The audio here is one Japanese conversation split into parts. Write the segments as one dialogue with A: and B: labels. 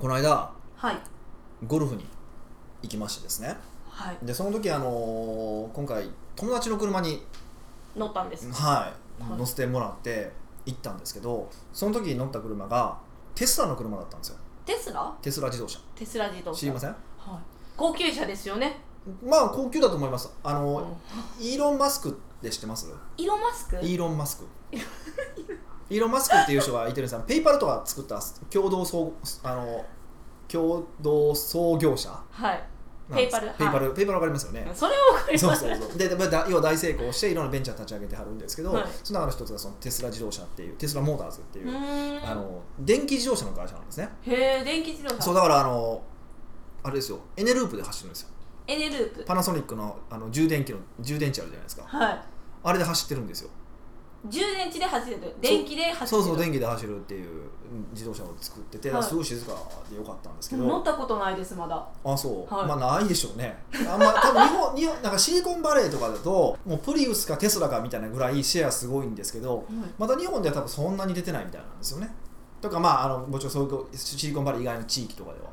A: この間
B: はい
A: ゴルフに行きましてですね
B: はい
A: でその時あのー今回友達の車に、
B: 乗ったんです
A: はい
B: はい
A: 乗せてもらって行ったんですけどその時に乗った車がテスラの車だったんですよ
B: テスラ
A: テスラ自動車
B: テスラ自動車
A: 知りません
B: はい、高級車ですよね、
A: まあ高級だと思いますあ
B: う
A: の
B: ん、
A: イーロン・マスクって知ってます
B: イーロンマスク
A: イーロン・マスクイーロン・マスクっていう人がいてるんですがペイパルとか作った共同創あの共同創業者
B: はい
A: なんです
B: ペイパルはい
A: ペイパル、ペイパルわかりますよね、
B: それは分かり
A: そ
B: ま
A: う
B: す
A: そうそう ででまあだ要は大成功していろんなベンチャー立ち上げてはるんですけど、
B: はい
A: その中の一つがそのテスラ自動車っていうテスラモーターズっていうう、
B: ーん
A: あの電気自動車の会社なんですね、
B: へえ電気自動
A: そう
B: 車
A: だからあのあれですよエネループで走ってるんですよ
B: エネループ
A: パナソニックのあの充電器の充電池あるじゃないですか
B: は
A: あれで走ってるんですよ
B: い充電池で走れる電気で走
A: そ
B: れ
A: う
B: る
A: そう電気で走るっていう自動車を作ってて、
B: はい
A: すごい静かでよかったんですけ
B: 乗っ
A: ど
B: たことないですまだ
A: あそう、
B: はい
A: まあないでしょうねあんま多分日本日本なんかシリコンバレーとかだともうプリウスかテスラかみたいなぐらいシェアすごいんですけど、また日本では多分そんなに出てないみたいなんですよねとかまああのもちろんそういうシリコンバレー以外の地域とかでは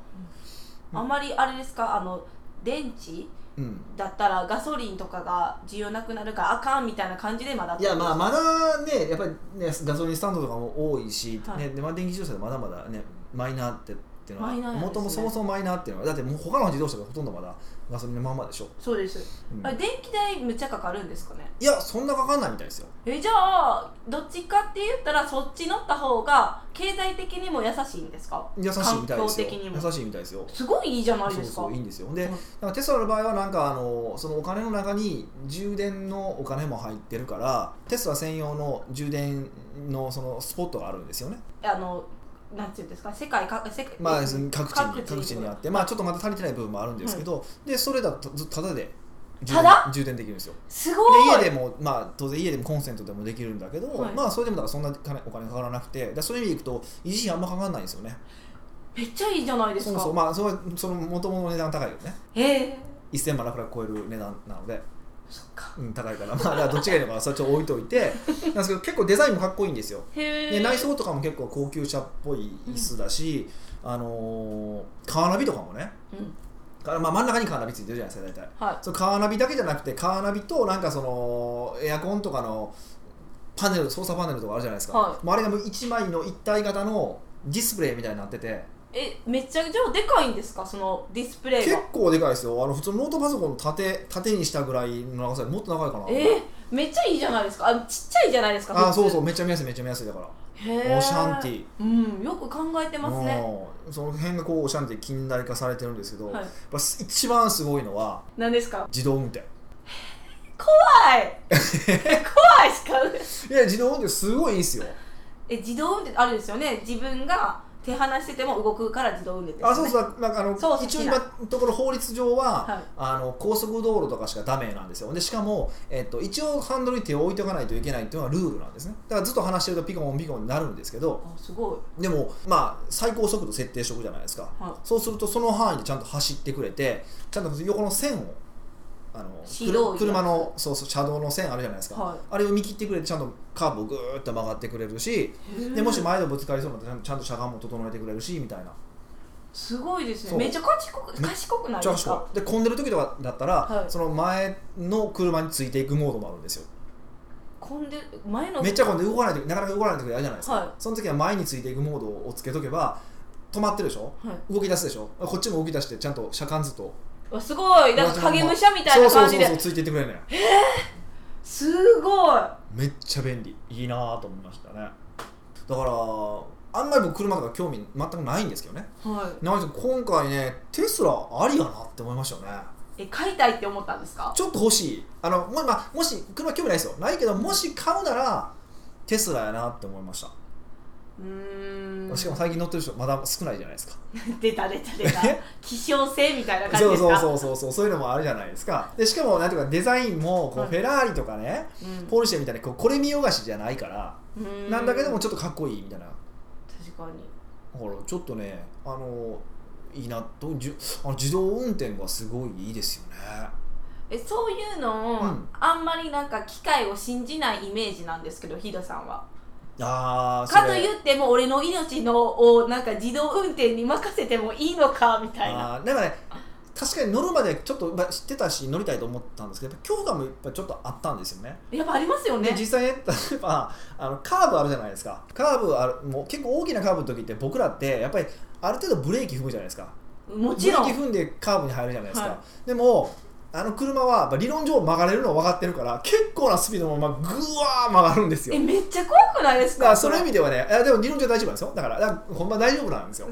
B: あまりあれですかあの電池
A: うん
B: だったらガソリンとかが需要なくなるからあかんみたいな感じでまだ
A: いやまあまだねやっぱりねガソリンスタンドとかも多いし、
B: はい
A: ねでまあ、電気自動車でまだまだねマイナーってっていうのは
B: マイナーですね
A: もともそもそもマイナーっていうのはだってもう他の自動車がほとんどまだガソリンのまんまでしょ、
B: そうです、
A: うん
B: あれ電気代むっちゃかかるんですかね
A: いやそんなかかんないみたいですよ
B: えじゃあどっちかって言ったらそっち乗った方が経済的にも優しいんですか
A: 優しいみたいですよ
B: 環境的にも
A: 優しいみたいですよ
B: すごいいいじゃないですか
A: そうそういいんですよで、
B: うん
A: なんかテスラの場合はなんかあのそのお金の中に充電のお金も入ってるからテスラ専用の充電のそのスポットがあるんですよね、
B: あのなんていうんですか世界か世界
A: まあ、その各地に各地にあって、まあ、ちょ
B: っ
A: っとまだ足りてない部分もあるんですけど、でそれだとずただで充
B: ただ
A: 電充電できるんですよ
B: とすごい
A: で家でも、まあ、当然家でもコンセントでもできるんだけど、
B: はい
A: まあそれでもだからそんな金お金かからなくてだからそういう意味でいくと維持費あんまかかんないんですよね
B: めっちゃいいじゃないです
A: そ
B: か
A: もそもまあそれはその元々の値段高いよね
B: ええ
A: 1000万楽々超える値段なので
B: そっか
A: うん、高いから、まあ、だからどっちがいいのか それちょっと置いといてなんですけど結構デザインもかっこいいんですよ
B: へえ
A: で内装とかも結構高級車っぽい椅子だし、あのーカーナビとかもね
B: うん
A: からまあ真ん中にカーナビついてるじゃないですか大体
B: は
A: そのカーナビだけじゃなくてカーナビとなんかそのエアコンとかのパネル操作パネルとかあるじゃないですか、
B: は
A: もうあれがもう1枚の一体型のディスプレイみたいになってて
B: いえめっちゃじゃあでかいんですかそのディスプレイ
A: 結
B: が
A: 構でかいですよあの普通のノートパソコンの縦縦にしたぐらいの長さでもっと長いかな
B: ええめっちゃいいじゃないですかあちっちゃいじゃないですか
A: あーそう
B: う
A: そうめっちゃ見やすいめっちゃ見やすいだから
B: へえ
A: オシャンティ
B: うんよく考えてますね
A: うんその辺がこうおしゃんって近代化されてるんですけど、
B: はい
A: やっぱ一番すごいのは
B: 何ですか
A: 自動運転
B: 怖い怖いしか
A: いや自動運転すごいいいんすよ
B: え自動運転あるんですよね自分が手放してても動くから自動運転ですよね
A: あそうそうなんかあの
B: そうそう
A: 一応今のところ法律上は、
B: はい
A: あの高速道路とかしかダメなんですよでしかも、えっと、一応ハンドルに手を置いておかないといけないっていうのはルールなんですねだからずっと話してるとピコンピコンになるんですけど
B: あすごい
A: でもまあ最高速度設定しておくじゃないですか、
B: は
A: そうするとその範囲でちゃんと走ってくれてちゃんと横の線をあの
B: 指導
A: くる車のそうそう車道の線あるじゃないですか、
B: はい
A: あれを見切ってくれてちゃんとカーブをぐーっと曲がってくれるし
B: い
A: でもし前でぶつかりそうになったらちゃんとちゃんと車間も整えてくれるしみたいな
B: すごいです
A: そ
B: ね
A: う
B: めっちゃ賢く
A: め
B: 賢くない
A: じゃ
B: で
A: あ
B: すか
A: そうで混んでる時とかだったら、
B: はい
A: その前の車についていくモードもあるんですよ
B: 混んでる前の
A: めっちゃ混んで動かない時なかなか動かない時あるじゃないですか、
B: は
A: その時は前についていくモードをつけとけば止まってるでしょ
B: い、はい
A: 動き出すでしょこっちも動き出してちゃんと車間ずっと
B: うわ、すごいなんか影武者みたい
A: そう
B: な感じで
A: そうそうそうついていってくれるのよ
B: すごい
A: めっちゃ便利いいなぁと思いましたねだからあんまり僕車とか興味全くないんですけどね
B: は
A: なんか今回ねテスラありやなって思いましたよね
B: いえ買いたいって思ったんですか
A: ちょっと欲しいあの、まあまあ、もし車興味ないですよないけどもし買うならテスラやなって思いました、
B: うーん
A: しかも最近乗ってる人まだ少ないじゃないですか
B: 出た出た出 た希少性みたいな感じ
A: そ
B: で
A: う
B: すか
A: そうそうそうそうそういうのもあるじゃないですかでしかもなんていうかデザインもこう
B: はい
A: フェラーリとかね、
B: うん
A: ポルシェみたいにこうこれ見よがしじゃないから、
B: うー
A: なんだけどもちょっとかっこいいみたいな
B: 確かに
A: だからちょっとねあのいいなとじゅあの自動運転がすごいいいですよね
B: えそういうのを、
A: うん
B: あんまりなんか機械を信じないイメージなんですけどヒダさんは
A: ああ
B: かと言っても俺の命のをなんか自動運転に任せてもいいのかみたいな
A: あーなんかね確かに乗るまでちょっとまあ知ってたし乗りたいと思ったんですけどやっぱ強化もやっぱちょっとあったんですよね
B: やっぱありますよね
A: で実際ね例えばあのカーブあるじゃないですかカーブあるもう結構大きなカーブの時って僕らってやっぱりある程度ブレーキ踏むじゃないですか
B: もちろ
A: ブレー
B: ん
A: キ踏んでカーブに入るじゃないですか、
B: は
A: でもあの車はやっぱ理論上曲がれるの分かってるから結構なスピードのままぐわー曲がるんですよ
B: えめっちゃ怖くないです
A: だか
B: から
A: その意味ではね、いやでも理論上大丈夫なんですよ。だから、だからほんま大丈夫なんですよ。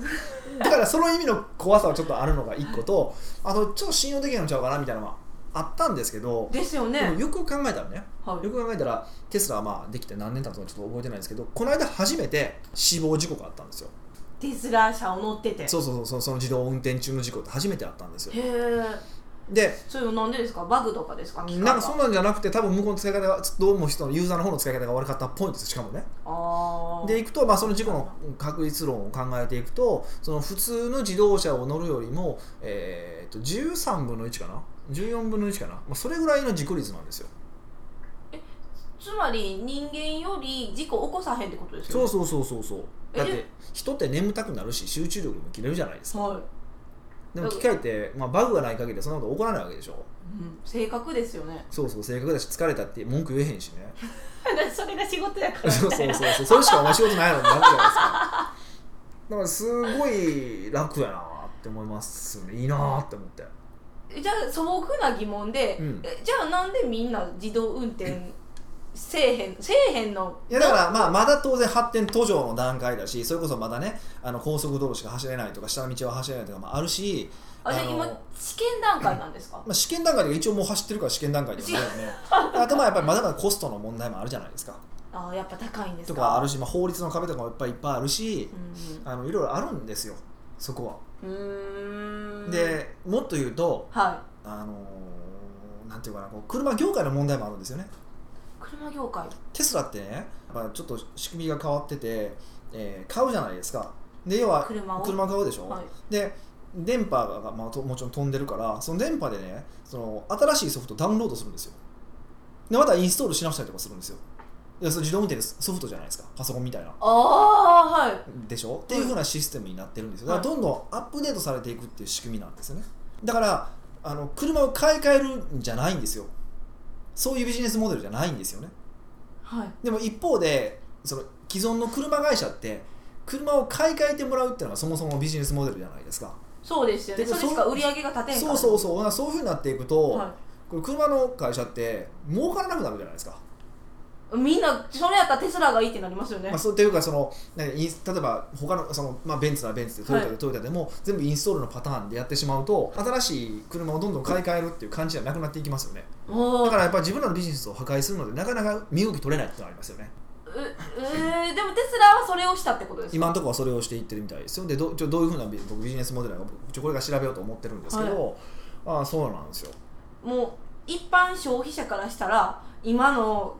A: だからその意味の怖さはちょっとあるのが一個と、あとちょっと信用できないのちゃうかなみたいなのはあったんですけど、
B: ですよ
A: で
B: ね
A: もよく考えたらね、
B: はい
A: よく考えたらテスラはまあできて何年経つのかちょっと覚えてないんですけど、この間初めて死亡事故があったんですよ。
B: テスラ車を乗ってて
A: そうそうそうそう、その自動運転中の事故って初めてあったんですよ。
B: へえ
A: で、
B: それはなんでですかバグとかですか機械
A: なんか
B: が
A: そんなんじゃなくて、多分向こうの使い方が、どうも人のユーザーの方の使い方が悪かったっぽいんですよ、しかもね。
B: あー
A: でいくと、まあ、その事故の確率論を考えていくとその普通の自動車を乗るよりも、えー、と13分の1かな14分の1かな、まあ、それぐらいの事故率なんですよ、
B: つまり人間より事故起こさへんってことですよ
A: そう
B: ね
A: そうそうそうそうだって
B: え
A: 人って眠たくなるし集中力も切れるじゃないですか
B: はい、
A: でも機械って、まあ、バグがない限りそんなこと起こらないわけでしょ
B: うん、正確ですよね
A: そうそう正確だし疲れたって文句言えへんしね
B: それが仕事やか
A: そう
B: ら
A: そう
B: みた
A: そ
B: いうな
A: そうそれしかお前仕事ないのになるじゃないですかだからすごい楽やなって思いますねいいなって思って
B: じゃあ素朴な疑問で、
A: うん
B: えじゃあなんでみんな自動運転せえへんせえへんの
A: いやだからまあまだ当然発展途上の段階だしそれこそまだねあの高速道路しか走れないとか下の道は走れないとかもあるし、
B: あじゃ
A: あ
B: あ
A: の
B: 今試験段階なんですか、
A: まあ、試験段階で一応もう走ってるから試験段階ではないよ ねあとまあやっぱりまだまだコストの問題もあるじゃないですか
B: ああやっぱ高いんです
A: と
B: か
A: かあるし、まあ、法律の壁とかもいっぱいいっぱいあるし
B: う
A: あのいろいろあるんですよそこは。
B: んうんうーん
A: でもっと言うと
B: は
A: あのーなんていうかなこう車業界の問題もあるんですよね。
B: い車業界
A: テスラってね、まあ、ちょっと仕組みが変わってて、えー買うじゃないですか。で要は
B: 車を
A: 車買うでしょ、
B: はい
A: で電波が、まあ、ともちろん飛んでるからその電波でねその新しいソフトをダウンロードするんですよでまたインストールし直したりとかするんですよいやそれ自動運転ですソフトじゃないですかパソコンみたいな
B: ああはい
A: でしょっていうふうなシステムになってるんですよだから
B: は
A: どんどんアップデートされていくっていう仕組みなんですよねだからあの車を買い替えるんじゃないんですよそういうビジネスモデルじゃないんですよね
B: はい
A: でも一方でその既存の車会社って車を買い替えてもらうっていうのがそもそもビジネスモデルじゃないですか
B: そうですよね
A: で
B: それしか売り上げが立てへんか
A: そ
B: ら
A: うそうそうなそういうふうになっていくと、
B: は
A: これ車の会社って儲からなくなるじゃないですか、
B: い、みんなそれやったらテスラがいいってなりますよね、
A: まあ、そうというかそのなんかインス例えば他のその、まあ、ベンツならベンツでトヨタ
B: は
A: で
B: い
A: トヨタでも、全部インストールのパターンでやってしまうと新しい車をどんどん買い替えるっていう感じじゃなくなっていきますよね
B: お
A: だ
B: ー
A: からやっぱり自分らのビジネスを破壊するのでなかなか身動き取れないっていうのがありますよね
B: ええーでもテスラはそれをしたってことですか
A: 今のところはそれをしていってるみたいですよでどちょどういうふうなビ僕ビジネスモデルなのか僕ちょこれから調べようと思ってるんですけど、ああそうなんですよ
B: もう一般消費者からしたら今の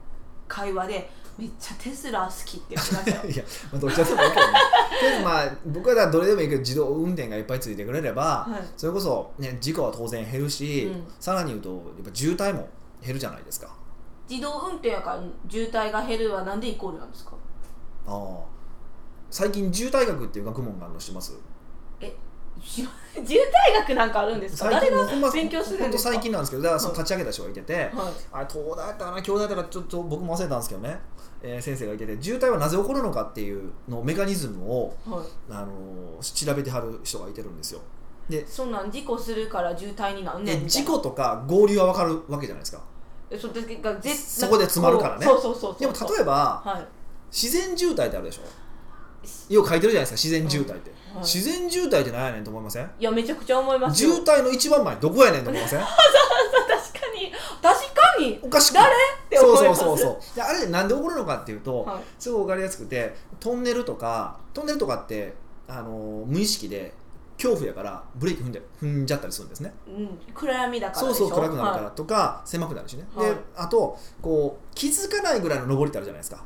B: 会話でめっちゃテスラ好きって言ってま した よ
A: いや、まあ、どっちだってもいいけどね。とりあえずまあ、僕はだからどれでもいいけど、自動運転がいっぱいついてくれれば、
B: はい
A: それこそ、ね、事故は当然減るし、
B: うん
A: さらに言うと、やっぱ渋滞も減るじゃないですか。
B: 自動運転やから渋滞が減るはなんでイコールなんですか
A: ああ最近、渋滞学っていう学問があるのしてます。
B: 渋滞学なんかあるんですか
A: 最
B: 誰
A: 近、
B: が
A: ほんま
B: 勉強する
A: ほ
B: ん
A: ん
B: で
A: と
B: すか
A: 最近なんですけど、だからその立ち上げた人がいてて、
B: はい、
A: あれ東大かな京大だからちょっと僕も忘れたんですけどね、えー先生がいてて渋滞はなぜ起こるのかっていうのメカニズムを、
B: はい、
A: あのー調べてはる人がいてるんですよで
B: そんなん事故するから渋滞になんねん
A: で
B: みたい
A: 事
B: な
A: 故とか合流は分かるわけじゃないですか
B: えそれがぜ
A: そこで詰まるからね
B: そうそうそうそう
A: でも例えば
B: はい
A: 自然渋滞ってあるでしょよく書いてるじゃないですか自然渋滞って、
B: はい
A: 自然渋滞って何やねんと思いません
B: いやめちゃくちゃ思いますよ
A: 渋滞の一番前どこやねんと思いません
B: 確かに確かに
A: おかしく
B: 誰って思います
A: そうそうそうそうであれなんで起こるのかっていうと、
B: はい
A: すごい分かりやすくてトンネルとかトンネルとかって、あのー無意識で恐怖やからブレーキ踏んで踏んじゃったりするんですね
B: うん、暗闇だから
A: そ
B: で
A: う
B: しょ
A: そう暗くなるか
B: は
A: らとか、狭くなるしね、
B: はい
A: であとこう気づかないぐらいの上りってあるじゃないですか
B: い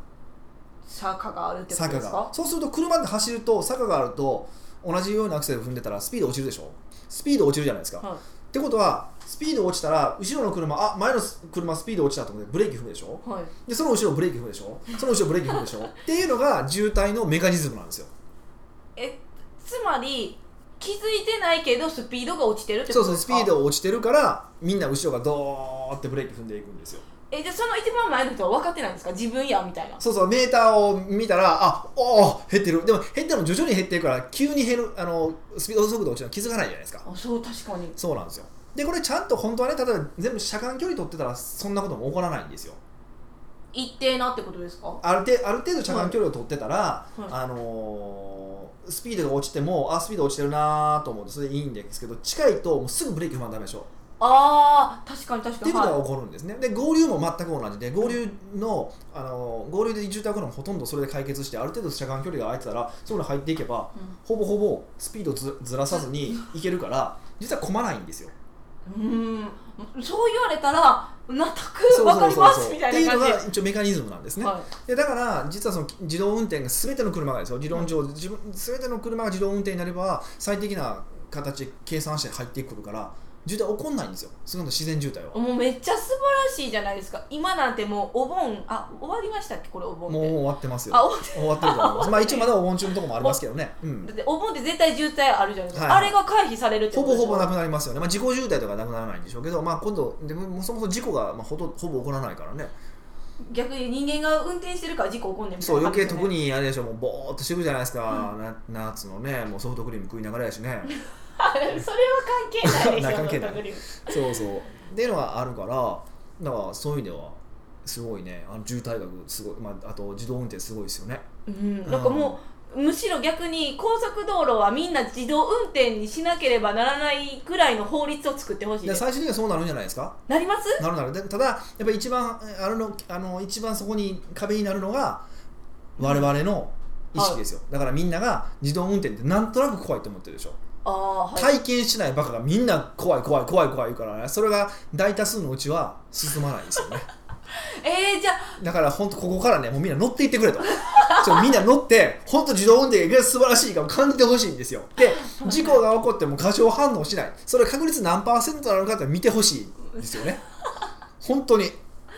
B: 坂があるってこと
A: 坂
B: で
A: が
B: すか
A: そうすると車で走ると坂があると同じようなアクセル踏んでたらスピード落ちるでしょスピード落ちるじゃないですか、
B: はい
A: ってことはスピード落ちたら後ろの車あ前の車スピード落ちたと思ってブレーキ踏むでしょ
B: はい
A: でその後ろブレーキ踏むでしょその後ろブレーキ踏むでしょっていうのが渋滞のメカニズムなん ですよ
B: えつまり気づいてないけどスピードが落ちてるって
A: そ
B: こ
A: う
B: と
A: そう
B: です
A: ス
B: か
A: ピード落ちてるからみんな後ろがドーってブレーキ踏んでいくんですよ
B: えじゃあその一番前の人は分かってないんですか自分やみたいな
A: そうそうメーターを見たらあおお減ってるでも減ってるの徐々に減ってるから急に減るあのスピード速度落ちるの気づかないじゃないですか
B: あそう確かに
A: そうなんですよでこれちゃんと本当はね例えば全部車間距離取ってたらそんなことも起こらないんですよ
B: 一定なってことですか
A: ある程ある程度車間距離を取ってたら、
B: いはい
A: あのースピードが落ちてもあスピード落ちてるなーと思うとそれでいいんですけど近いともうすぐブレーキ踏まなダメでしょ
B: ああ確かに確
A: っ
B: か
A: てい
B: に
A: うこと
B: は
A: が起こるんですねで合流も全く同じで合流の、あのー合流で住宅のほとんどそれで解決してある程度車間距離が空いてたらそこに入っていけば
B: い
A: ほぼほぼスピードずずらさずに行けるから実は混まないんです よ
B: うんうんそう言われたら納得
A: そう
B: 分
A: そ
B: か
A: う
B: り
A: そ
B: ま
A: う
B: す
A: そう
B: み
A: ったてい
B: いうな
A: の
B: 感じで
A: が一応メカニズムなんですね、
B: はい
A: でだから実はその自動運転が全ての車がですよ自動上、自分全ての車が自動運転になれば最適な形で計算して入ってくるから渋滞起こんないんですよその自然渋滞は、
B: もうめっちゃ素晴らしいじゃないですか今なんてもうお盆あ終わりましたっけこれお盆って
A: もう終わってますよ
B: あお盆
A: 終わってると思いますまあ一応まだお盆中のとこもありますけどね、 うん
B: だってお盆って絶対渋滞あるじゃないですか、
A: はいはい
B: あれが回避されるって
A: ほ
B: こと
A: ぼ
B: でしょ
A: ほぼなくなりますよね、まあ、自己渋滞とかなくならないんでしょうけど、まあ、今度でももうそもそも事故がまあほとほぼ起こらないからね
B: 逆に人間が運転してるから事故起こんねんみたい
A: そう
B: な
A: 余計
B: 感じですよね
A: 特にあれでしょもうボーっとしてくるじゃないですか、な夏のねもうソフトクリーム食いながらやしね
B: あ それは関係ない で
A: な
B: しょ
A: 関係ない
B: 特に
A: そうそうっていうのがあるからだからそういう意味ではすごいねあの渋滞学すごい、まあ、あと自動運転すごいですよね
B: うん、なんかもう、むしろ逆に高速道路はみんな自動運転にしなければならないくらいの法律を作ってほしい
A: で
B: です
A: 最終的にはそうなるんじゃないですか
B: なります
A: なるなるでただやっぱり一番あるのあの一番そこに壁になるのが我々の意識ですよ、だからみんなが自動運転ってなんとなく怖いと思ってるでしょ、
B: ああはい、
A: 体験しないバカがみんな怖い怖い怖い怖い言うからねそれが大多数のうちは進まないですよね
B: えー、じゃ
A: だから本当ここからねもうみんな乗っていってくれとちょみんな乗って本当自動運転が素晴らしいかを感じてほしいんですよで事故が起こっても過剰反応しないそれ確率何パーセントなのかって見てほしいですよね本当にい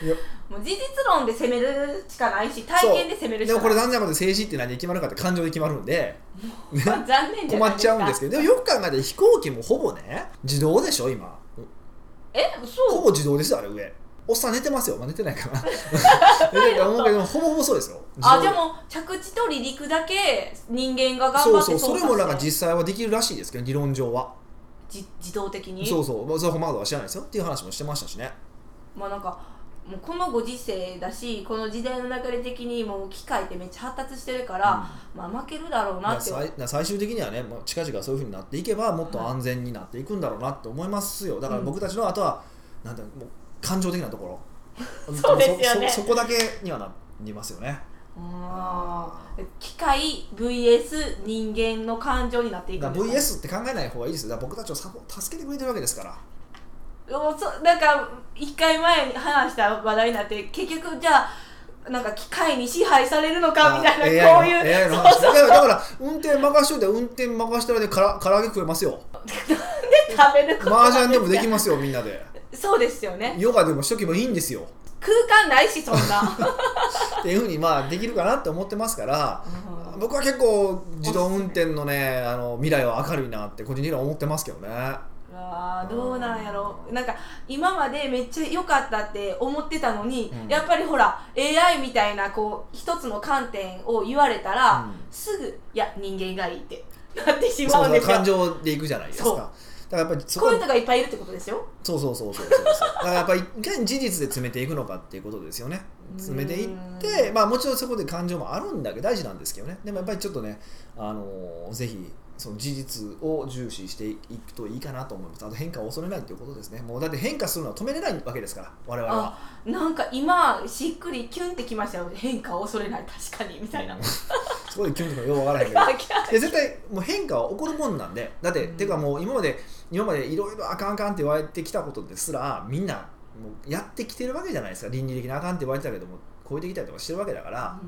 A: や
B: あもう事実論で攻めるしかないし体験で攻めるし
A: で
B: か
A: も
B: な
A: これ
B: い
A: 残念なこと政治って何で決まるかって感情で決まるんで
B: まあ残念じゃ
A: 困っ
B: ないですか
A: ちゃうんですけどでもよく考えたら飛行機もほぼね自動でしょ今
B: え
A: ほ
B: そう
A: ぼ自動ですよあれ上おっさん寝てますよ、まあ、寝てないかな寝てると思うけどほぼほぼそうですよ自
B: あじゃあ
A: 動で
B: もう着地と離陸だけ人間が頑張って
A: そうそうそれ
B: 操作
A: も
B: して
A: なんか実際はできるらしいですけど理論上は
B: じ自動的に
A: そうそう、まあ、それはまだは知らないですよっていう話もしてましたしね
B: まあなんかもうこのご時世だしこの時代の流れ的にもう機械ってめっちゃ発達してるから、まあ負けるだろ
A: だ
B: う
A: か
B: な
A: ら
B: って
A: 最だから最終的にはねもう近々そういうふうになっていけばもっと安全になっていくんだろうなって思いますよだから僕たちのあとは、なんていうのもう感情的なところ
B: そうですよね
A: そそそこだけにはなりますよね
B: あー機械 VS 人間の感情になっていく
A: だ
B: ん
A: から
B: です
A: VS って考えない方がいいですよだから僕たちをサポ助けてくれてるわけですから
B: かもうそなんか一回前に話した話題になって結局じゃあなんか機械に支配されるのかみたいなこういう
A: AI の AI の話いやだから運転任しといて運転任してる間にから唐揚げ食えますよ
B: 食べること
A: 麻雀でもでき
B: ま
A: ますよみんな で
B: そうですよね
A: ヨガでもしとけばいいんですよ
B: 空間ないしそん な
A: っていうふうにまあできるかなって思ってますから僕は結構自動運転のねあの未来は明るいなって個人的には思ってますけどね
B: あーどうなんやろうなんか今までめっちゃ良かったって思ってたのに、
A: うん
B: やっぱりほら AI みたいなこう一つの観点を言われたら、
A: うん
B: すぐ「いや人間がいい」ってなってしま
A: そううんそう
B: ですよ
A: 感情でいくじゃないですか
B: そう
A: だからやっぱりそ
B: こ
A: こ
B: うい
A: は
B: う人がいっぱいいるってことですよ
A: そうそうそうそうそうそうだからやっぱりいかに事実で詰めていくのかっていうことですよね詰めていってまあもちろんそこで感情もあるんだけど大事なんですけどねでもやっぱりちょっとねあのーぜひその事実を重視していくといいかなと思いますあと変化を恐れないということですねもうだって変化するのは止めれないわけですから我々は
B: あなんか今しっくりキュンってきましたよ変化を恐れない確かにみた いな
A: そこでキュンとかようわからへんけどいや絶対もう変化は起こるもんなんでだって、
B: うん
A: てかもう今まで今までいろいろあかんあかんって言われてきたことですらみんなもうやってきてるわけじゃないですか倫理的なあかんって言われてたけども超えてきたりとかしてるわけだから、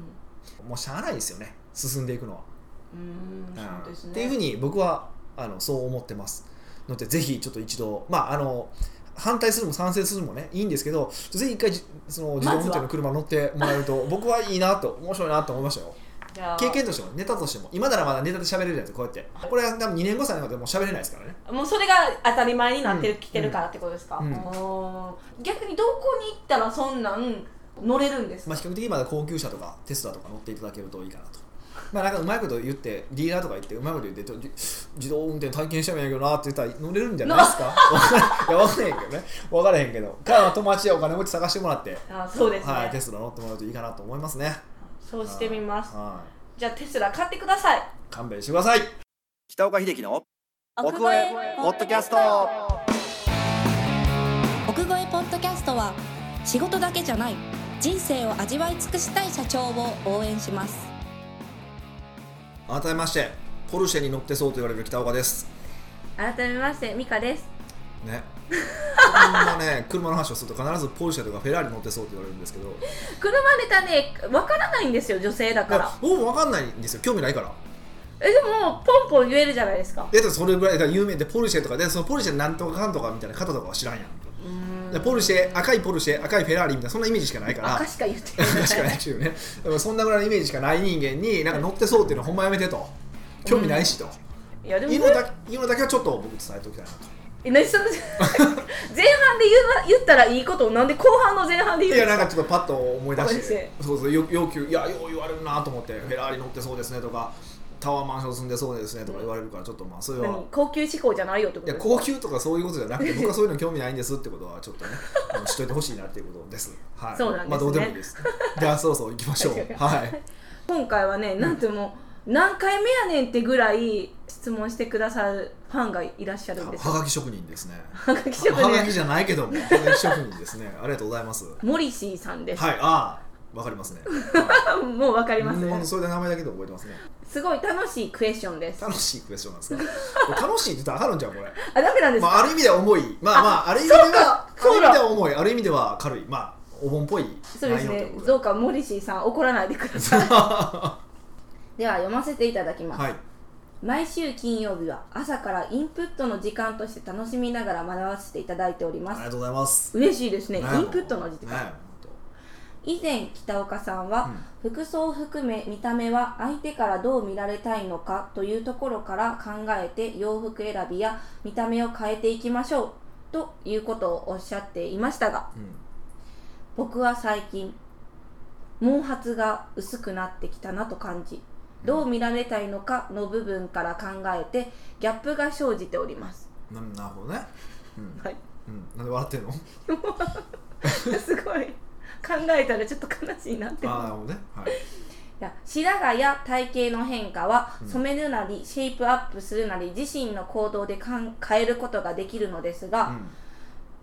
A: もうしゃあないですよね進んでいくのは、
B: うんうーん
A: うん
B: そうですね
A: っていうふうに僕はあのそう思ってますのでぜひちょっと一度まああの反対するも賛成するもねいいんですけどぜひ一回じその自動運転の車乗ってもらえると僕はいいなと面白いなと思いましたよ
B: じゃあ
A: 経験としてもネタとしても今ならまだネタで喋れるじゃないですかこうやってこれは多分2年後3年後でもう喋れないですからね
B: もうそれが当たり前になって
A: うん
B: きてるからってことですか、
A: うん
B: おー逆にどこに行ったらそんなん乗れるんです
A: ま
B: か、
A: あ、比較的まだ高級車とかテスラとか乗っていただけるといいかなと。まあ、なんかうまいこと言ってディーラーとか言ってうまいこと言ってちょじ自動運転体験してもいいんやけどなって言ったら乗れるんじゃない ですかいや分からへんけどね分からへんけどから友達やお金持ち探してもらって、
B: あそうですね、
A: はい、テスラ乗ってもらうといいかなと思いますね
B: そうしてみます
A: は
B: じゃあテスラ買ってください
A: い勘弁してください
C: 北岡秀樹の奥越えポッドキャスト
D: 奥越えポッドキャストは仕事だけじゃない人生を味わい尽くしたい社長を応援します
A: 改めましてポルシェに乗ってそうと言われる北岡です
B: 改めましてミカです
A: ねほんまね 車の話をすると必ずポルシェとかフェラーリ乗ってそうと言われるんですけど
B: 車ネタねわからないんですよ女性だ
A: い
B: か
A: や
B: ら
A: 僕も分かんないんですよ興味ないから
B: えでもポンポン言えるじゃないですか
A: えっとそれぐらいだから有名でポルシェとかでそのポルシェなんとかかんとかみたいな方とかは知らんやんでポルシェ赤いポルシェ赤いフェラーリみたいなそんなイメージしかないから
B: 赤しか言ってない
A: 確かないしねだからそんなぐらいのイメージしかない人間になんか乗ってそうっていうのはほんまやめてと興味ないしと、
B: いやでも
A: いうのだけいうのだけはちょっと僕伝えておきたいなと
B: え何その前半で言うな言ったらいいことをなんで後半の前半で言
A: いうや
B: んで
A: な
B: す
A: ん
B: か
A: かちょっとパッと思い出
B: ポル
A: し
B: シ
A: てそうそうよ要求いやよう言われるなと思ってフェラーリ乗ってそうですねとかタワーマンション住んでそうですねとか言われるからちょっとまあそれは
B: 何高級志向じゃないよってこ
A: い
B: と
A: や
B: ですか
A: 高級とかそういうことじゃなくて僕はそういうの興味ないんですってことはちょっとねあの知っといてほしいなっていうことです。はい、
B: そうなんですね
A: まあどうでもいい です。じゃあそうそう行きましょう。はい。
B: 今回はねなんてもう何回目やねんってぐらい質問してくださるファンがいらっしゃるんですよ
A: はがき職人ですね。
B: はがき職
A: はが
B: 人
A: きじゃないけどもはがき職人ですね。ありがとうございます。はい。
B: モリシーさんです、
A: ああわかりますね。は
B: もう わか
A: い
B: ります、
A: うんそれで名前だけで覚えてますね。
B: すごい楽しいクエスチョンです
A: 楽しいクエスチョンなんですか。 これ楽しいって言ったらあかるんじゃんこれ。
B: あダメなんです
A: ま
B: か、
A: あある意味では重い。まあまあある意味ではあ
B: そう
A: る
B: か
A: 意味では重い。ある意味では軽い。まあお盆っぽい
B: そうで
A: 内
B: す
A: 容とい
B: ね
A: うことで。
B: どうかモリシーさん怒らないでく ださいでは読ませていただきます、
A: はい。
B: 毎週金曜日は朝からインプットの時間として楽しみながら学ばせていただいており
A: あ
B: ま
A: り
B: す
A: がとうございます。
B: 嬉しいですねイ
A: ね
B: ンプットの時間、
A: ね本
B: 以前北岡さんは、服装を含め見た目は相手からどう見られたいのかというところから考えて洋服選びや見た目を変えていきましょうということをおっしゃっていましたが
A: 当うん
B: 僕は最近毛髪が薄くなってきたなと感じどう見られたいのかの部分から考えてギャップが生じております
A: ななるほどね、うん
B: はい
A: うん、なんで笑ってんの
B: すごい考えたらちょっと悲しいなって
A: ああなるほどね、はい、
B: いや白髪や体型の変化は
A: うん
B: 染めるなりシェイプアップするなり自身の行動でかん変えることができるのです
A: う
B: が、
A: ん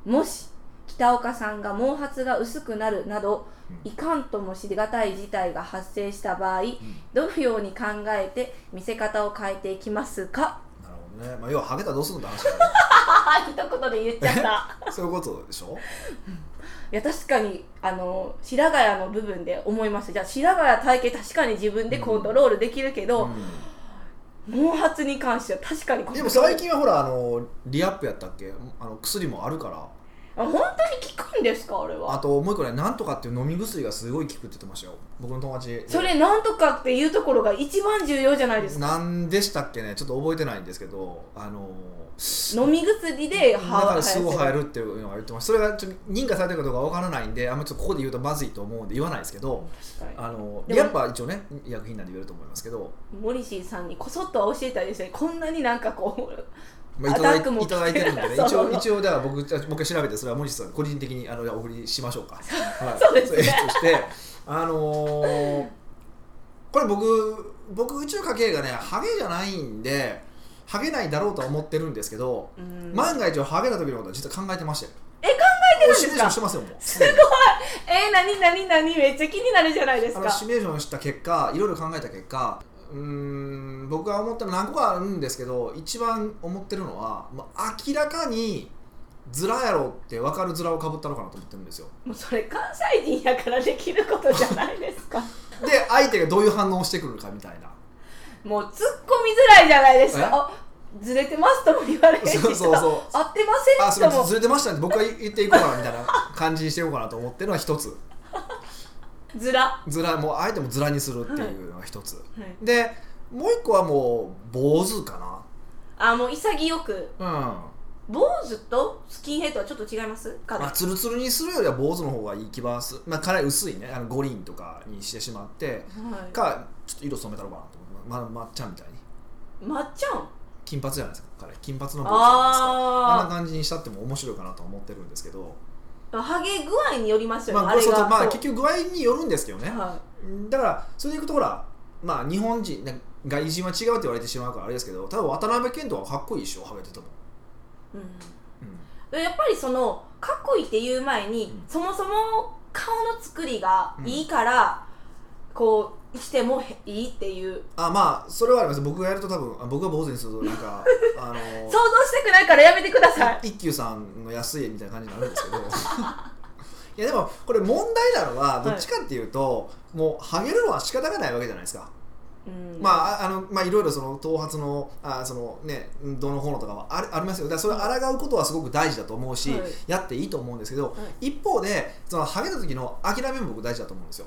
B: もし北岡さんが毛髪が薄くなるなど
A: うん
B: いかんともしがたい事態が発生した場合
A: うん
B: どのように考えて見せ方を変えていきますか
A: なるほどね、まあ、要はハゲたらどうするのって話だ よ
B: ああ一言で言っちゃった
A: ねそういうことでしょ
B: いや確かにあの白髪屋の部分で思いますじゃあ白髪や体型確かに自分でコントロールできるけど、
A: う
B: 毛髪に関しては確かにコン
A: ん、で
B: トロ
A: も
B: ール
A: 最近はほらあのリアップやったっけあの薬もあるから
B: あ本当に効くんですかあれ
A: あ
B: は
A: ともう一個ねなんとかっていう飲み薬がすごい効くって言ってましたよ僕の友達で
B: それなんとかっていうところが一番重要じゃないですか
A: なんでしたっけねちょっと覚えてないんですけどあの
B: 飲み薬で
A: だか
B: 歯
A: らすぐ生える
B: る
A: っていうのが言ってましたそれがちょっと認可されてるかどうかわからないんであんまちょっとここで言うとまずいと思うんで言わないですけど、
B: 確か
A: あの
B: でも
A: やっぱ一応ね医薬品なんで言えると思いますけど、
B: にモリシーさんにこそっとは教えたいですねこんなになんかこう
A: まあ、い
B: ア
A: た
B: タ
A: だい
B: ックも
A: いただいてるんでね
B: そう
A: 一応一応だから僕たちもう一回調べてそれは森下さん個人的にあのお送りしましょう か、はい、
B: そうですね
A: それとしてあのーこれ僕僕宇宙家系がねハゲじゃないんでハゲないだろうとは思ってるんですけど、
B: うん
A: 万が一ハゲた時のことは実は考えてましたよ
B: え考
A: えて
B: るんで
A: シ
B: すか
A: ミュレーションしてますよもうすでに
B: えー、なになになにめっちゃ気になるじゃないです
A: あ
B: か
A: のシミュレーションした結果いろいろ考えた結果うーん僕が思ったの何個かあるんですけど一番思ってるのは、まあ、明らかにズラやろって分かるズラをかぶったのかなと思ってるんですよ
B: もうそれ関西人やからできることじゃないですか
A: で相手がどういう反応をしてくるかみたいな
B: もう突っ込みづらいじゃないですかあずれてますとも言われへんし
A: そうそうそう
B: 合ってま
A: あ
B: せ
A: そ
B: ん
A: れ
B: とも
A: ずれてましたね僕は言っていこうかなみたいな感じにしていこうかなと思ってるのは一つ
B: ずら、
A: ずらもうあえてもずらにするっていうのが一つ、
B: はい、
A: でもう一個はもう坊主か
B: あもう潔く
A: なうん
B: 坊主とスキンヘッドはちょっと違いますか
A: まあ、ツルツルにするよりは坊主の方がいい気はする、まあ、かなり薄いねあの五輪とかにしてしまって
B: はい、
A: かちょっと色染めたのかなと思ってままっちゃんみたいに
B: まっちゃん
A: 金髪じゃないですか彼金髪の坊主じゃないですかあん
B: あ
A: な感じにしたっても面白いかなとは思ってるんですけど、
B: ーハゲ具合によりますよね、
A: まあ、
B: あ、
A: これ
B: れ
A: そう
B: が
A: まあ
B: そう
A: 結局具合によるんですけどね
B: は
A: だからそれでいくとほらまあ日本人ね外人は違うって言われてしまうからあれですけど多分渡辺謙とかかっこいいでしょハゲてても、
B: い、う
A: う
B: ん
A: ん、
B: やっぱりそのかっこいいっていう前に、
A: うん
B: そもそも顔の作りがいいから、こうしてもへいいっていう
A: あまあそれはあります僕がやると多分あ僕が坊主にするとなん かあの
B: 想像したくないからやめてください
A: 一休さんの安い絵みたいな感じになるんですけど いやでもこれ問題なのはどっちかっていうと、もうハゲるのは仕方がないわけじゃないですか、
B: うん
A: まあああのまあいろいろその頭髪のあそのねどの方のとかはあるありますよだからそれを抗うことはすごく大事だと思うし、
B: はい
A: やっていいと思うんですけど、
B: は
A: 一方でそのハゲた時の諦めも僕大事だと思うんですよ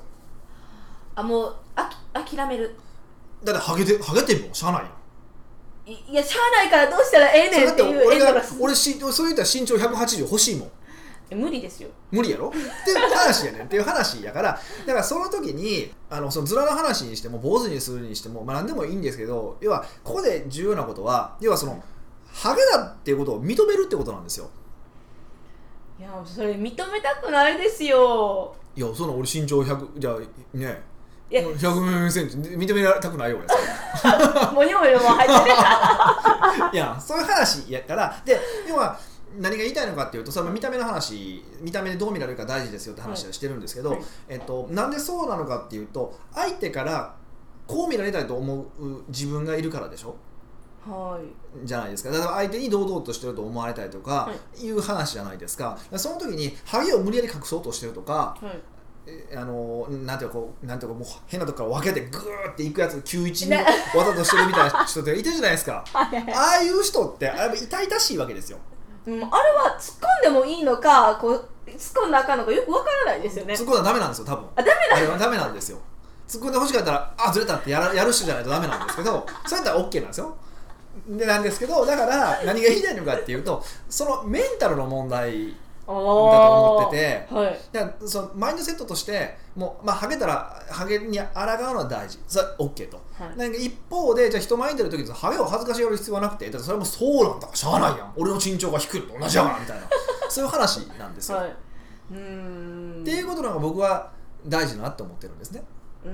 B: あもうあき諦める
A: だってハゲてハゲてもしゃあないやん
B: いいやしゃあないからどうしたらええ
A: そ
B: ね
A: れ
B: ん
A: だ
B: っ
A: ってて
B: いう
A: 俺
B: エンド
A: が
B: レス
A: 俺しそういったら身長180欲しいもん
B: え無理ですよ
A: 無理やろっていう話やねんっていう話やからだからその時にあのそのずらの話にしても坊主にするにしても、まあ、何でもいいんですけど要はここで重要なことは要はそのハゲだっていうことを認めるってことなんですよ
B: いやそれ認めたくないですよ
A: いやその俺身長100じゃあね
B: いや
A: 100センチ認められたくないよ俺それ
B: もよもよも入 ってた
A: いやそういう話やからで要は何が言いたいのかっていうとその見た目の話見た目でどう見られるか大事ですよって話はしてるんですけど、
B: はい
A: えっと、なんでそうなのかっていうと相手からこう見られたいと思う自分がいるからでしょ
B: はい
A: じゃないですかだから相手に堂々としてると思われたいとか
B: は
A: いう話じゃないですかだからその時にハゲを無理やり隠そうとしてるとか
B: はい
A: えあのなんていうかこうなんていうかもう変なとこから分けてグーっていくやつ91に
B: ね
A: わざとしてるみたいな人っていたじゃないです かああいう人ってあれ痛々しいわけですよ
B: うん、あれは突っ込んでもいいのかこう突っ込んだらあかんのかよくわからないですよね
A: 突っ込んだらダメなんですよ多分
B: あダメ
A: あれはダメなんですよ突っ込んでほしかったらあずれたってやらやる人じゃないとダメなんですけどそれだったら OK なんですよでなんですけどだから何が言いたいのかっていうとそのメンタルの問題
B: だと
A: 思ってて
B: はい
A: だからそのマインドセットとしてもう、まあ、ハゲたらハゲに抗うのは大事それは OK と
B: はい
A: なんか一方でじゃあ人前に出る時にハゲを恥ずかしがる必要はなくてだってそれはもうそうなんだしゃあないやん俺の身長が低いのと同じやからみたいな そういう話なんですよ、
B: はいうーん
A: っていうことなんか僕は大事だなって思ってるんですね、
B: うー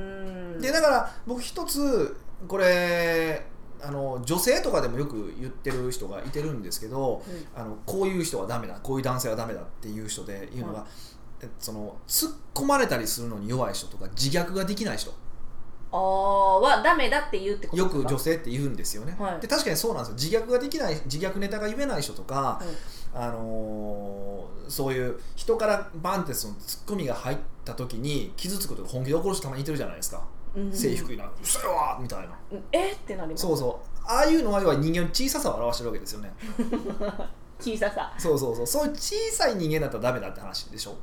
B: ん
A: でだから僕一つこれあの女性とかでもよく言ってる人がいてるんですけど
B: うん
A: あのこういう人はダメだこういう男性はダメだっていう人でいうのが、
B: は
A: えその突っ込まれたりするのに弱い人とか自虐ができない人
B: ああはダメだって言うってこと
A: よく女
B: 性
A: 性って言うんですよね、
B: はい
A: で確かにそうなんですよ自虐ができない自虐ネタが言えない人とか、
B: はい
A: あのーそういう人からバンってそのツッコミが入った時に傷つくとか本気で怒る人たまにいてるじゃないですか、背低いな「うそやわ!」みたいな
B: えってなります
A: そうそうああいうのは要は人間の小ささを表してるわけですよね
B: 小ささ
A: そうそうそうそういう小さい人間だったらダメだって話でしょ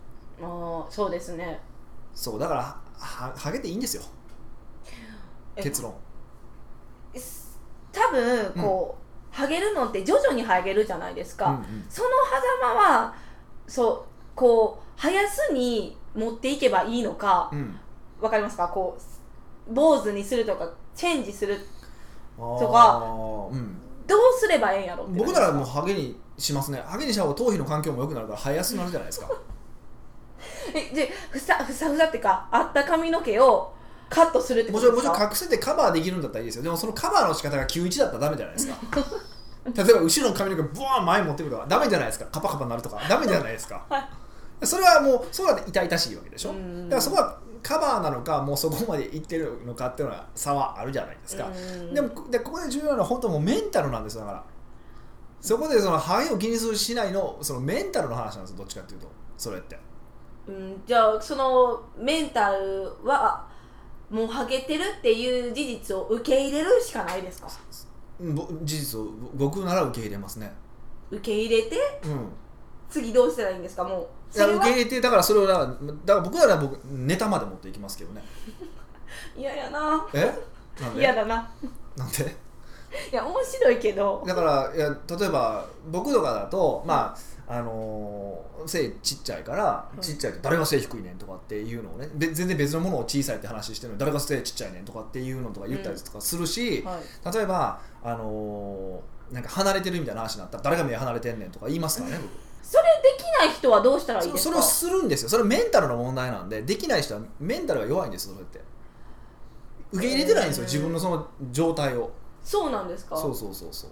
B: あーそうですね
A: そうだからはハゲていいんですよ
B: え
A: 結論
B: す多分こう、ハゲるのって徐々にハゲるじゃないですか、
A: うんうん
B: その狭間はそうこう生やすに持っていけばいいのか
A: うん
B: わかりますかこう坊主にするとかチェンジする
A: と
B: とか
A: うん、
B: どうすればええんやろって
A: 僕ならもうハゲにしますねハゲにした方が頭皮の環境も良くなるから生えやすくなるじゃない ですか
B: えでふさふさふさってかあった髪の毛をカットするってこ
A: もちろ
B: と
A: ん
B: で
A: もち
B: す
A: ろん
B: か
A: 隠せてカバーできるんだったらいいですよでもそのカバーの仕方が91だったらダメじゃない ですか例えば後ろの髪の毛ブワーン前に持ってくるとかダメじゃないですかカパカパになるとかダメじゃないですか、それはもうそうだって痛々しいわけでしょ
B: うん
A: だからそこはカバーなのかもうそこまでいってるのかっていうのは差はあるじゃないですか、
B: うん
A: でもこでここで重要なのは本当もうメンタルなんですよだからそこでそのハゲを気にするしないのそのメンタルの話なんですよどっちかっていうとそれって
B: うんじゃあそのメンタルはもうハゲてるっていう事実を受け入れるしかないですか
A: うんぼ事実をぼ僕なら受け入れますね
B: 受け入れて
A: うん
B: 次どうしたらいいんですかもう
A: い
B: そ
A: や
B: れ
A: 受け
B: は
A: 入れてだからそれをだからだから僕なら僕ネタまで持っていきますけどね
B: 嫌やな
A: えなん
B: 嫌
A: で
B: だな
A: なんで
B: いや面白いけど
A: だからいや例えば僕とかだとまああのー背ちっちゃいから
B: い
A: ちっちゃいと誰が背低いねんとかっていうのをねべ全然別のものを小さいって話してるのに誰が背ちっちゃいねんとかっていうのとか言ったりとかするし、
B: はい
A: 例えばあのーなんか離れてるみたいな話になったら誰が目離れてんねんとか言いますからね僕
B: それできない人はどうしたらいい
A: そ
B: です
A: そ
B: か
A: れをするんですよそれはメンタルの問題なんでできない人はメンタルが弱いんですよそれって受け入れてないんですよ
B: へー
A: 自分のその状態を
B: そうなんですか
A: そうそうそうそう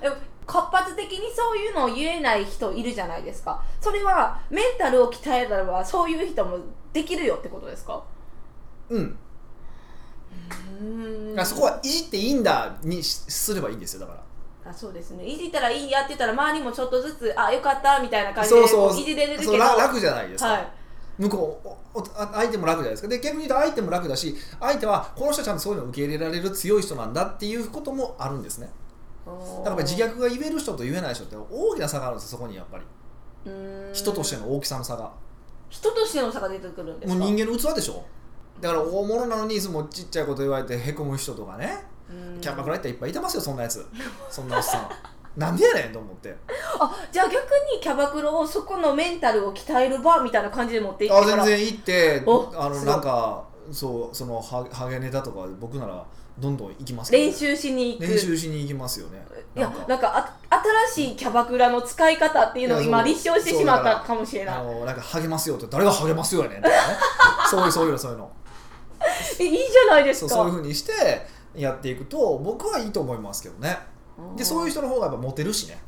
B: うーんえ活発的にそういうのを言えない人いるじゃないですかそれはメンタルを鍛えたらそういう人もできるよってことですか
A: うん
B: うーん
A: あそこはいじっていいんだにしすればいいんですよだから
B: あそうですねいじったらいいやって言ったら周りもちょっとずつあよかったみたいな感じで
A: そうそう
B: こういじれれるけど
A: そうら楽じゃないですか、
B: はい
A: 向こうおおあ相手も楽じゃないですかで逆に言うと相手も楽だし相手はこの人はちゃんとそういうのを受け入れられる強い人なんだっていうこともあるんですねだからやっぱ自虐が言える人と言えない人って大きな差があるんですよそこにやっぱり
B: うーん
A: 人としての大きさの差が
B: 人としての差が出てくるんです
A: も
B: か
A: う人間の器でしょだから大物なのにいつもちっちゃいこと言われてへこむ人とかね
B: うん
A: キャンバクライターいっぱいいてますよそんなや つそんなおっさんなんでやねんと思って
B: あじゃあ逆にキャバクラをそこのメンタルを鍛える場みたいな感じで持っていって
A: あ
B: から
A: 全然行って
B: お
A: あの
B: すごい
A: なんかそうそのハハゲネタとか僕ならどんどん行きますけど
B: 練習しに行く
A: 練習しに行きますよね
B: いや
A: なんか
B: なんかあ新しいキャバクラの使い方っていうのを
A: いや
B: 今
A: そう
B: 立証してしまったかもしれ
A: あ
B: ない
A: のなんか励ますよって誰が励ますよやねんと かねそういうそういうのそういうの
B: えいいじゃないです
A: そ
B: か
A: うそういうふうにしてやっていくと僕はいいと思いますけどねでそういう
B: 人
A: 人の方がやっぱモテるしね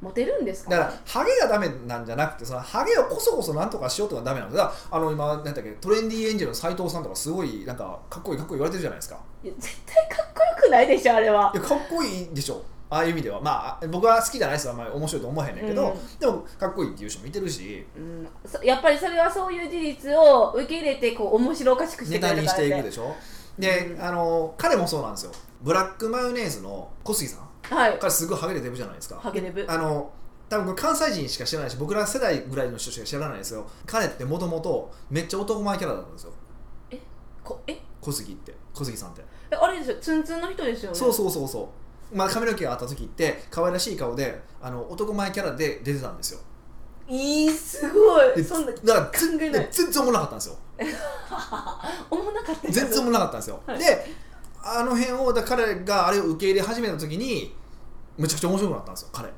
B: モテるんですか
A: だからハゲがダメなんじゃなくてそのハゲをこそこそなんとかしようとかダメなんだだからあの今なんだっけトレンディエンジェルの斎藤さんとかすごいなんかかっこいいかっこいい言われてるじゃないですか
B: いや絶対かっこよくないでしょあれはい
A: やかっこいいでしょああいう意味ではまあ僕は好きじゃないですよあんまり面白いと思えへんねんけど、
B: う
A: でもかっこいいっていう人もいてるし
B: うん、そやっぱりそれはそういう事実を受け入れてこう面白おかしくして
A: ネ
B: くれ
A: タ
B: る
A: に
B: か
A: し
B: ら
A: ていく
B: で
A: でしょで、
B: うん
A: あの彼もそうなんですよブラックマヨネーズの小杉さん
B: はい
A: 彼すごいハゲでデブじゃないですか
B: ハゲデブ
A: あの多分これ関西人しか知らないし僕ら世代ぐらいの人しか知らないですよ彼ってもともとめっちゃ男前キャラだったんですよ
B: こえ
A: 小杉って小杉さんって、
B: えあれですよツンツンの人ですよね
A: そうそうそうそうまあ髪の毛があった時って可愛らしい顔であの男前キャラで出てたんですよ
B: いいすご
A: で
B: いそんな
A: だから
B: 考えない
A: で全然おもろなかったんです よ
B: 思わなかったです
A: 全然おもろなかったんですよ、
B: はい
A: であの辺をだから彼があれを受け入れ始めた時にむちゃくちゃ面白くなったんですよ彼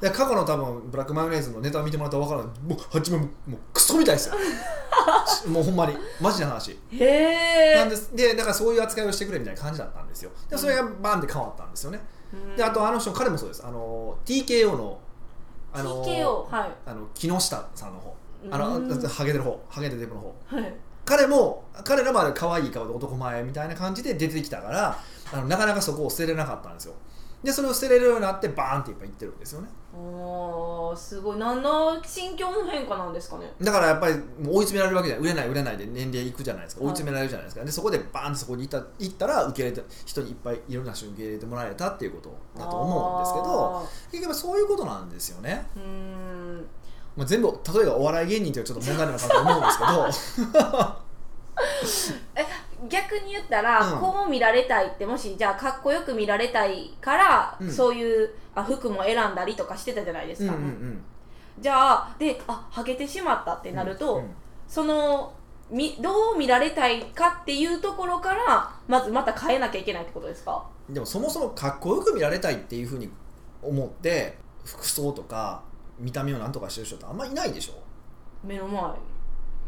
A: で過去の多分ブラックマヨネーズのネタ見てもらったら分からないもうはじめもうクソみたい ですよしもうほんまにマジな話
B: へえ
A: なんですでだからそういう扱いをしてくれみたいな感じだったんですよでそれがバンって変わったんですよねであとあの人彼もそうですあの TKO のあの
B: TKO はい
A: あの木下さんの方あ
B: うん
A: のハゲてる方ハゲてる方の方
B: はい
A: 彼も彼らもあれ可愛い顔で男前みたいな感じで出てきたからあのなかなかそこを捨てれなかったんですよでそれを捨てれるようになってバーンっていっぱいいってるんですよね
B: おーすごい何の心境の変化なんですかね
A: だからやっぱりもう追い詰められるわけじゃない売れない売れないで年齢いくじゃないですか追
B: はい
A: い詰められるじゃないですかでそこでバーンってそこに行った行ったら受け入れた人にいっぱいいろんな人に受け入れてもらえたっていうことだと思うんですけど結局そういうことなんですよね、
B: すけどうーん
A: まあ、全部例えばお笑い芸人というのはちょっと問題なのかと思うんですけど
B: 逆に言ったら、
A: うん
B: こう見られたいってもしじゃあかっこよく見られたいから、
A: うん
B: そういうあ服も選んだりとかしてたじゃないで す
A: うんうん
B: か、
A: うん
B: じゃあであハゲてしまったってなると、
A: うん
B: そのみどう見られたいかっていうところからまずまた変えなきゃいけないってことですか
A: でもそもそもかっこよく見られたいっていうふうに思って服装とか見た目をなんとかしてる人ってあんまいないでしょ
B: 目の前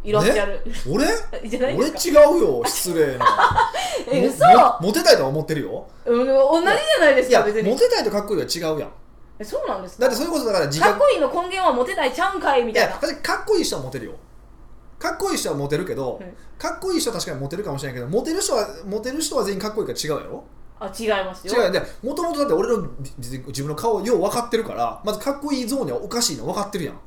B: いらっしゃる、
A: 俺
B: じゃないで
A: 俺
B: すか
A: 違うよ失礼な
B: え
A: も
B: 嘘、
A: もモテたいとは思ってるよ
B: うん、同じじゃないで
A: い
B: す
A: や
B: か
A: モ
B: 別
A: テ
B: に
A: たいとかっこいいは違うやん
B: えそうなんですか
A: だってそれこそだから自
B: かっ
A: 覚
B: こいいの根源はモテないちゃうんかいみ
A: い
B: た
A: や
B: いな
A: 確かにかっこいい人はモテるよかっこいい人はモテるけど、
B: うん
A: かっこいい人は確かにモテるかもしれないけどモテる人はモテる人は全員かっこいいから違うやろ
B: あ違いますよ
A: 違うでもともとだって俺の自自分の顔よう分かってるからまずかっこいいゾーンにはおかしいの分かってるやん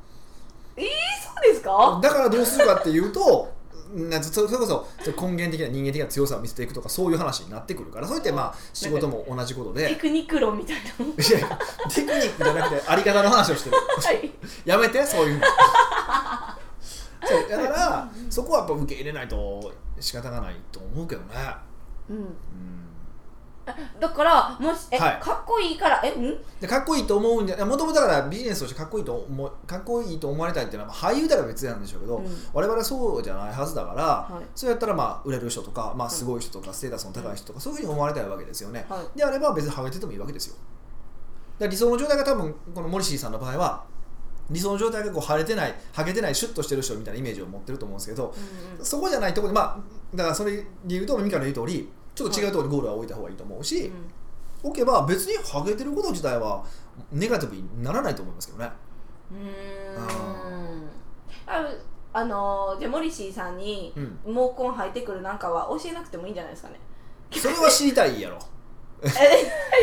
B: そうですか
A: だからどうするかっていうと なそそれこそそ根源的な人間的な強さを見せていくとかそういう話になってくるからそういってまあ仕事も同じこと
B: テ
A: で
B: クニクロンみたいな
A: い やいやテクニックじゃなくてあり方の話をしてる
B: はい
A: やめてそういうの そうだからそこはやっぱ受け入れないと仕方がないと思うけどね、
B: うん
A: うん、
B: だからもしえ、
A: はい
B: かっこいいからえうん
A: でかっこいいと思うんじゃもともとだからビジネスとしてかっこいいと思うかっこいいと思われたいっていうのはまあ俳優だから別なんでしょうけど、
B: うん
A: 我々はそうじゃないはずだから、
B: はい
A: そうやったらまあ売れる人とか、まあ、すごい人とかステータスの高い人とかそういうふうに思われたいわけですよね、
B: は
A: であれば別にハゲててもいいわけですよだから理想の状態が多分このモリシーさんの場合は理想の状態がこう腫れてないハゲてないシュッとしてる人みたいなイメージを持ってると思うんですけど
B: うん
A: そこじゃないところでまあだからそれで言うとミカの言う通りちょっと違うところにゴールは置いた方がいいと思うし、
B: うんうん
A: 置けば別にハゲてること自体はネガティブにならないと思いますけどね
B: うーんああのーじゃあモリシーさんに
A: うん
B: 毛根生えてくるなんかは教えなくてもいいんじゃないですかね
A: それは知りたいやろ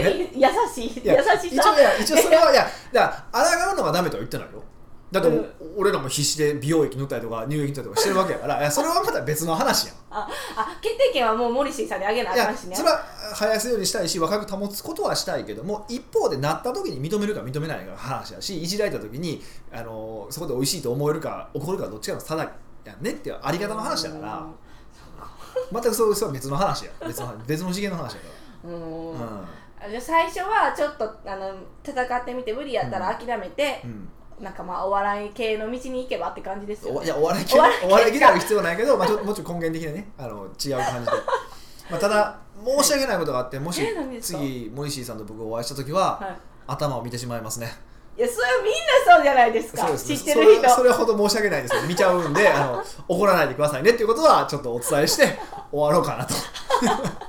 B: え 優しい
A: いや
B: 優し
A: 一応
B: さ
A: いや一応それはいやだから抗うのがダメとは言ってないよだってもう俺らも必死で美容液塗ったりとか乳液塗ったりとかしてるわけやからいやそれはまた別の話やん
B: ああ決定権はもうモリシーさんにあげないあか
A: や
B: んしね
A: それは生やすようにしたいし若く保つことはしたいけども一方でなった時に認めるか認めないかの話だしいじられた時にあのそこで美味しいと思えるか怒るかどっちかの差だやんねっていうあり方の話だから全くそうそれは別の話や別の話別の次元の話やから。
B: うーん
A: うん
B: あじゃあ最初はちょっとあの戦ってみて無理やったら諦めて
A: う、ん
B: なんかまあお笑い系の道に行けばって感じですよ、
A: お
B: ね、
A: いやお笑い系お笑い系である必要ないけど、まあ、ちょもうちょっと根源的なねあの違う感じで、まあ、ただ申し訳ないことがあってもし
B: え何ですか
A: 次モリシーさんと僕お会いした時は、
B: は
A: 頭を見てしまいますね
B: い、いやそれはみんなそうじゃないですか
A: そうですね
B: 知ってる
A: そ
B: 人
A: れそれほど申し訳ないですけど見ちゃうんであの怒らないでくださいねっていうことはちょっとお伝えして 終わろうかなと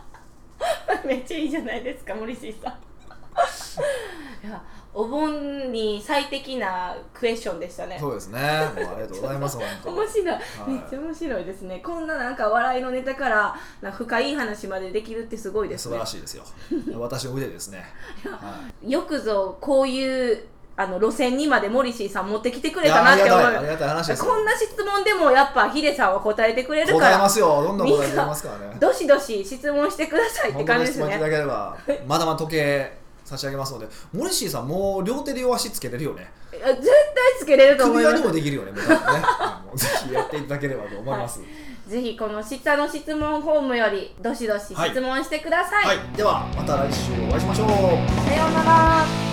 B: めっちゃいいじゃないですか森進 さんいやお盆に最適なクエスチョンでしたね
A: そうですねもうありがとうございます本当
B: 面白
A: い
B: い、めっちゃ面白いですねこんななんか笑いのネタからなんか深い話までできるってすごいです
A: 素
B: ね
A: 晴らしいですよ私の腕ですね、はい
B: よくぞこういうあの路線にまでモリシーさん持ってきてく
A: い
B: れ
A: や
B: たな
A: あ
B: っ
A: り
B: て
A: が
B: 思
A: たいあり
B: う
A: がたい話ですよ
B: こんな質問でもやっぱヒデさんは答えてくれるか
A: 答えま
B: ら
A: すよどんどん答えてくれますからね
B: どしどし質問してくださいって
A: 本
B: 感
A: 当
B: じ
A: に質
B: です
A: 問いただ
B: ね
A: ければまだまだ時計差し上げますのでモリシーさんもう両手両足つけれるよね
B: いや絶対つけれると思
A: 首
B: いま
A: 輪
B: す
A: にもできるよねもう 多分ねもうぜひやっていただければと思います
B: ぜひこの下の質問フォームよりどしどし質問してください、
A: はい、ではまた来週お会いしましょう
B: さようなら